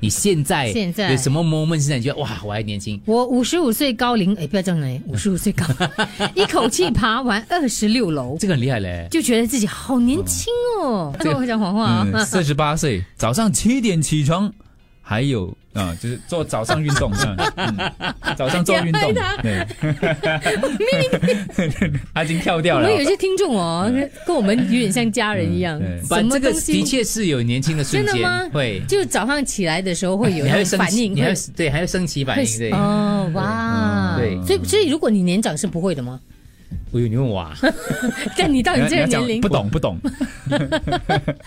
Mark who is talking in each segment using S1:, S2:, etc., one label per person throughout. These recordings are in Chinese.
S1: 你现在
S2: 现在
S1: 有什么 moment 现在你觉得哇我还年轻？
S2: 我五十五岁高龄，哎，不要这样哎，五十五岁高，一口气爬完二十六楼，
S1: 这个很厉害嘞。
S2: 就觉得自己好年轻哦。
S3: 这
S2: 跟
S3: 个
S2: 我会讲谎话啊，
S3: 嗯，四十八岁，早上七点起床，还有啊、就是做早上运 动，嗯，嗯早上做运动
S2: 你还，
S3: 对，他已经跳掉
S2: 我
S3: 了
S2: 们。有些听众哦，跟我们有点像家人一样
S3: 嗯，对
S1: 把
S2: 什么
S1: 这个
S2: 东
S1: 的
S2: 西
S1: 确是有年轻的瞬
S2: 真的
S1: 间
S2: 吗，
S1: 会，
S2: 就早上起来的时候会有
S1: 你还
S2: 那
S1: 会
S2: 种
S1: 升
S2: 反
S1: 旗，
S2: 应，
S1: 你还
S2: 会
S1: 会对还会升旗反
S2: 会
S1: 应对。
S2: 哦，哇，
S1: 对
S2: 所以所以如果你年长是不会的吗？
S1: 哎呦，你问我 啊？
S2: 但你到你
S3: 要
S2: 这个
S3: 要讲
S2: 年龄
S3: 不懂不懂，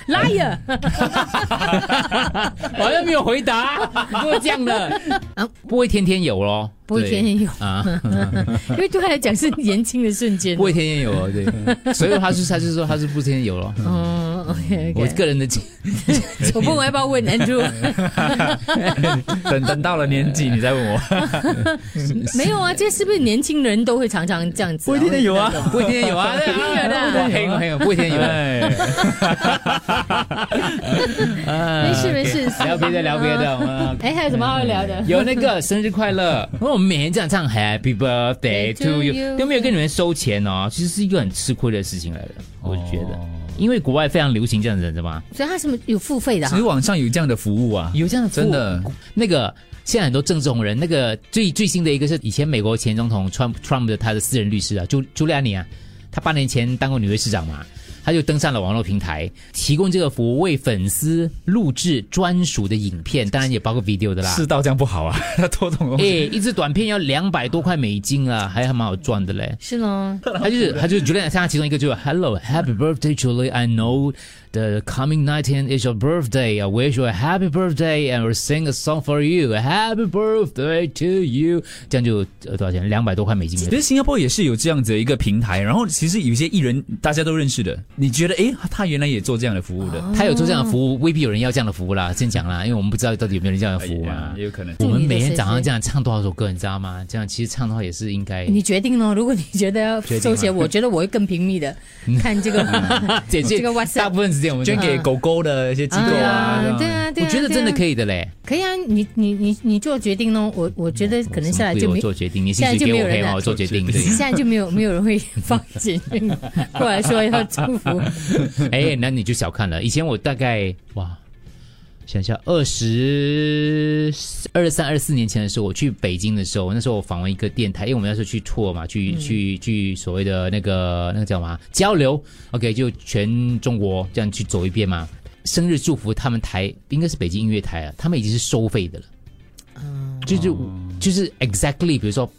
S2: ，liar
S1: 我好像没有回答，你不会这样的
S2: 啊
S1: 不会天天有咯，
S2: 不会天天有，
S1: 对啊，
S2: 因为对他来讲是年轻的瞬间
S1: 不。会天天有哦， 对，所以他是他就说他是不天天有咯。
S2: 嗯，OK
S1: 我
S2: OK，
S1: 个人的经
S2: 我问我要不要问 Andrew？
S3: 等等到了年纪你再问我。
S2: 没有啊，这是不是年轻人都会常常这样子啊？
S3: 不一定的有啊
S2: 我也不知道
S1: 不会天天有啊，对啊
S2: 不
S1: 我
S2: 会
S1: 黑我黑我不会天天有啊，
S3: 哎，
S1: 没
S2: 没事没事，
S1: 哎聊别的嗯聊别的，我们
S2: 哎，还有什么好聊的？
S1: 有那个生日快乐，因为我们每天这样唱 Happy Birthday to
S2: to
S1: you，
S2: you
S1: 都没有跟你们收钱哦，其实是一个很吃亏的事情来的，我觉得
S3: 哦，
S1: 因为国外非常流行这样子，的嘛，
S2: 所以他什么有付费的
S3: 其
S1: 嗯
S2: 啊
S3: 实？网上有这样的服务啊，
S1: 有这样的服务
S3: 真的
S1: 那个。现在很多政治红人，那个最最新的一个是以前美国前总统 Trump Trump 的他的私人律师啊，朱朱利安尼啊，他八年前当过纽约市长嘛，他就登上了网络平台，提供这个服务，为粉丝录制专属的影片，当然也包括 video 的啦。
S3: 世道这样不好啊， 他偷懂东
S1: 哎、
S3: 西。
S1: 一支短片要两百多块美金啊，还还蛮好赚的嘞。
S2: 是呢，
S1: 他就是他就是 Julian，像他其中一个就是 Hello, Happy Birthday, Julie. I know the coming nineteen is your birthday. I wish you a happy birthday and we'll sing a song for you. Happy birthday to you. 这样就呃多少钱？两百多块美金
S3: 其。实新加坡也是有这样子的一个平台，然后其实有些艺人大家都认识的，你觉得诶，他原来也做这样的服务的，
S1: 他有做这样的服务，未必有人要这样的服务啦。先讲啦，因为我们不知道到底有没有人这样的
S3: 哎
S1: 服务
S3: 呀
S1: 嘛
S3: 也。有可能。
S1: 我们每天早上这样唱多少首歌，你知道吗？这样其实唱的话也是应该。
S2: 你决定咯。如果你觉得要
S1: 决定啊嗯
S2: 收钱，
S1: 吗
S2: 我觉得我会更频密的看这个啊
S1: 姐姐
S2: 这个 WhatsApp
S1: 大部分时间我们
S3: 捐给狗狗的一些机构啊，这样
S2: 对啊，
S1: 嗯
S2: 对
S1: 我
S2: 啊，
S1: 觉得真的可以的嘞。
S2: 可以啊，你你你你做决定咯。我我觉得可能下来就
S1: 我
S2: 没，
S1: 做决定，你
S2: 现
S1: 薪
S2: 在
S1: 水给
S2: 就没
S1: 我
S2: 有人啊
S1: 可以吗？
S2: 来
S1: 嗯我做决定。对，
S2: 现在就 没有没有人会放简讯过来说要祝 福。
S1: 哎，那你就小看了。以前我大概哇，想一下，二十二三、二四年前的时候，我去北京的时候，那时候我访问一个电台，因为我们那时候去 tour 嘛，去、
S2: 嗯
S1: 去去所谓的那个那个叫什么啊交流，OK，就全中国这样去走一遍嘛。生日祝福他们台应该是北京音乐台啊，他们已经是收费的了，
S2: 嗯
S1: 就是就是 exactly，比如说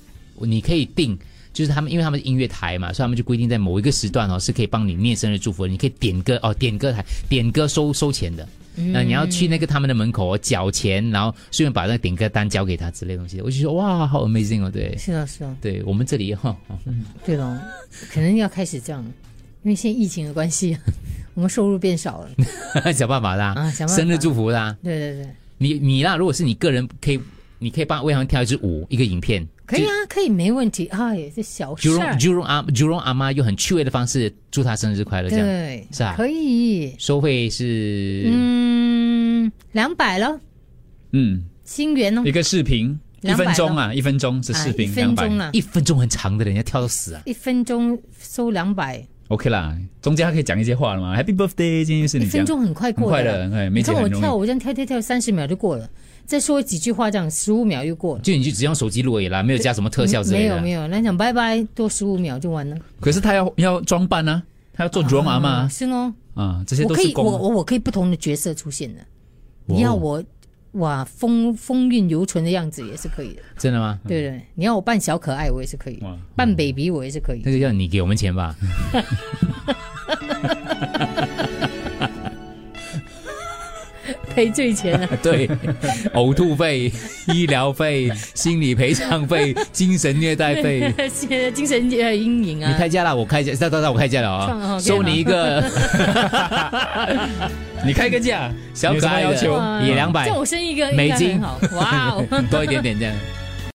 S1: 你可以定。就是他们，因为他们是音乐台嘛，所以他们就规定在某一个时段哦，是可以帮你念生日祝福的。你可以点歌哦，点歌台点歌收收钱的。
S2: 嗯
S1: 那、你要去那个他们的门口、哦、缴钱，然后顺便把那个点歌单交给他之类的东西的。我就说哇，好 amazing 哦，对，
S2: 是啊是啊，
S1: 对我们这里哈、哦，
S2: 对咯，可能要开始这样，因为现在疫情的关系，我们收入变少了。
S1: 想办法啦，
S2: 啊想办法
S1: 生日祝福啦。
S2: 对对对，
S1: 你你啦，如果是你个人可以，你可以帮为他们跳一支舞，一个影片，
S2: 可以啊，可以没问题。哎，这小
S1: 就。
S2: 事
S1: Jurong
S2: 儿，
S1: Jurong 阿 Jurong 阿妈用很趣味的方式祝他生日快乐，这样
S2: 对，
S1: 是啊
S2: 可以。
S1: 收费是
S2: 嗯，两百咯，
S3: 嗯，
S2: 新元哦咯
S3: 一，个视频一
S2: 200
S3: 分钟啊，一分钟是
S2: 啊
S3: 视
S2: 一
S3: 频两
S2: 分
S3: 百
S2: 钟啦，
S1: 一分钟很长的，人家跳到死啊。
S2: 一分钟啊收两百，
S3: ，OK 啦，中间他可以讲一些话了嘛，Happy Birthday，今天又是
S2: 一
S3: 你
S2: 分
S3: 讲，
S2: 钟很快
S3: 很
S2: 过
S3: 快
S2: 的
S3: 的，哎，
S2: 你
S3: 没
S2: 看
S3: 钱
S2: 我
S3: 很容
S2: 跳，
S3: 易。
S2: 我这样跳跳跳，三十秒就过了。再说几句话，这样十五秒就过了。
S1: 就你就只用手机录而已啦，没有加什么特效之
S2: 没
S1: 类的。
S2: 有没有，那讲拜拜多十五秒就完了。
S3: 可是他要要装扮啊，他要做 d r u m 嘛，
S2: 是哦，
S3: 啊，这些
S2: 我
S3: 都
S2: 可
S3: 是
S2: 以，我
S3: 功。
S2: 我我可以不同的角色出现的。
S1: 哇哦
S2: 你要我哇风风韵犹存的样子也是可以的，
S1: 真的吗？
S2: 对不对？你要我扮小可爱，我也是可以
S3: 哇；
S2: 扮 baby，我也是可以
S1: 那。个要你给我们钱吧。
S2: 赔罪钱啊，
S1: 对， 呕吐 费、医疗费、心理赔偿费、精神虐待费，
S2: 现在精神呃阴影
S1: 你
S2: 啊。
S1: 开价啦，我开价，到到到我开价了
S2: 算了
S1: 啊、
S2: ，OK
S1: 收你一个
S3: 你开个价，
S1: 小
S3: 有
S1: 可
S3: 什么
S1: 爱的
S3: 要求
S2: 哇
S1: 也两百
S2: 叫我生一个
S1: 美
S2: 应该
S1: 金
S2: 很好，哇哦！
S1: 多一点点这样。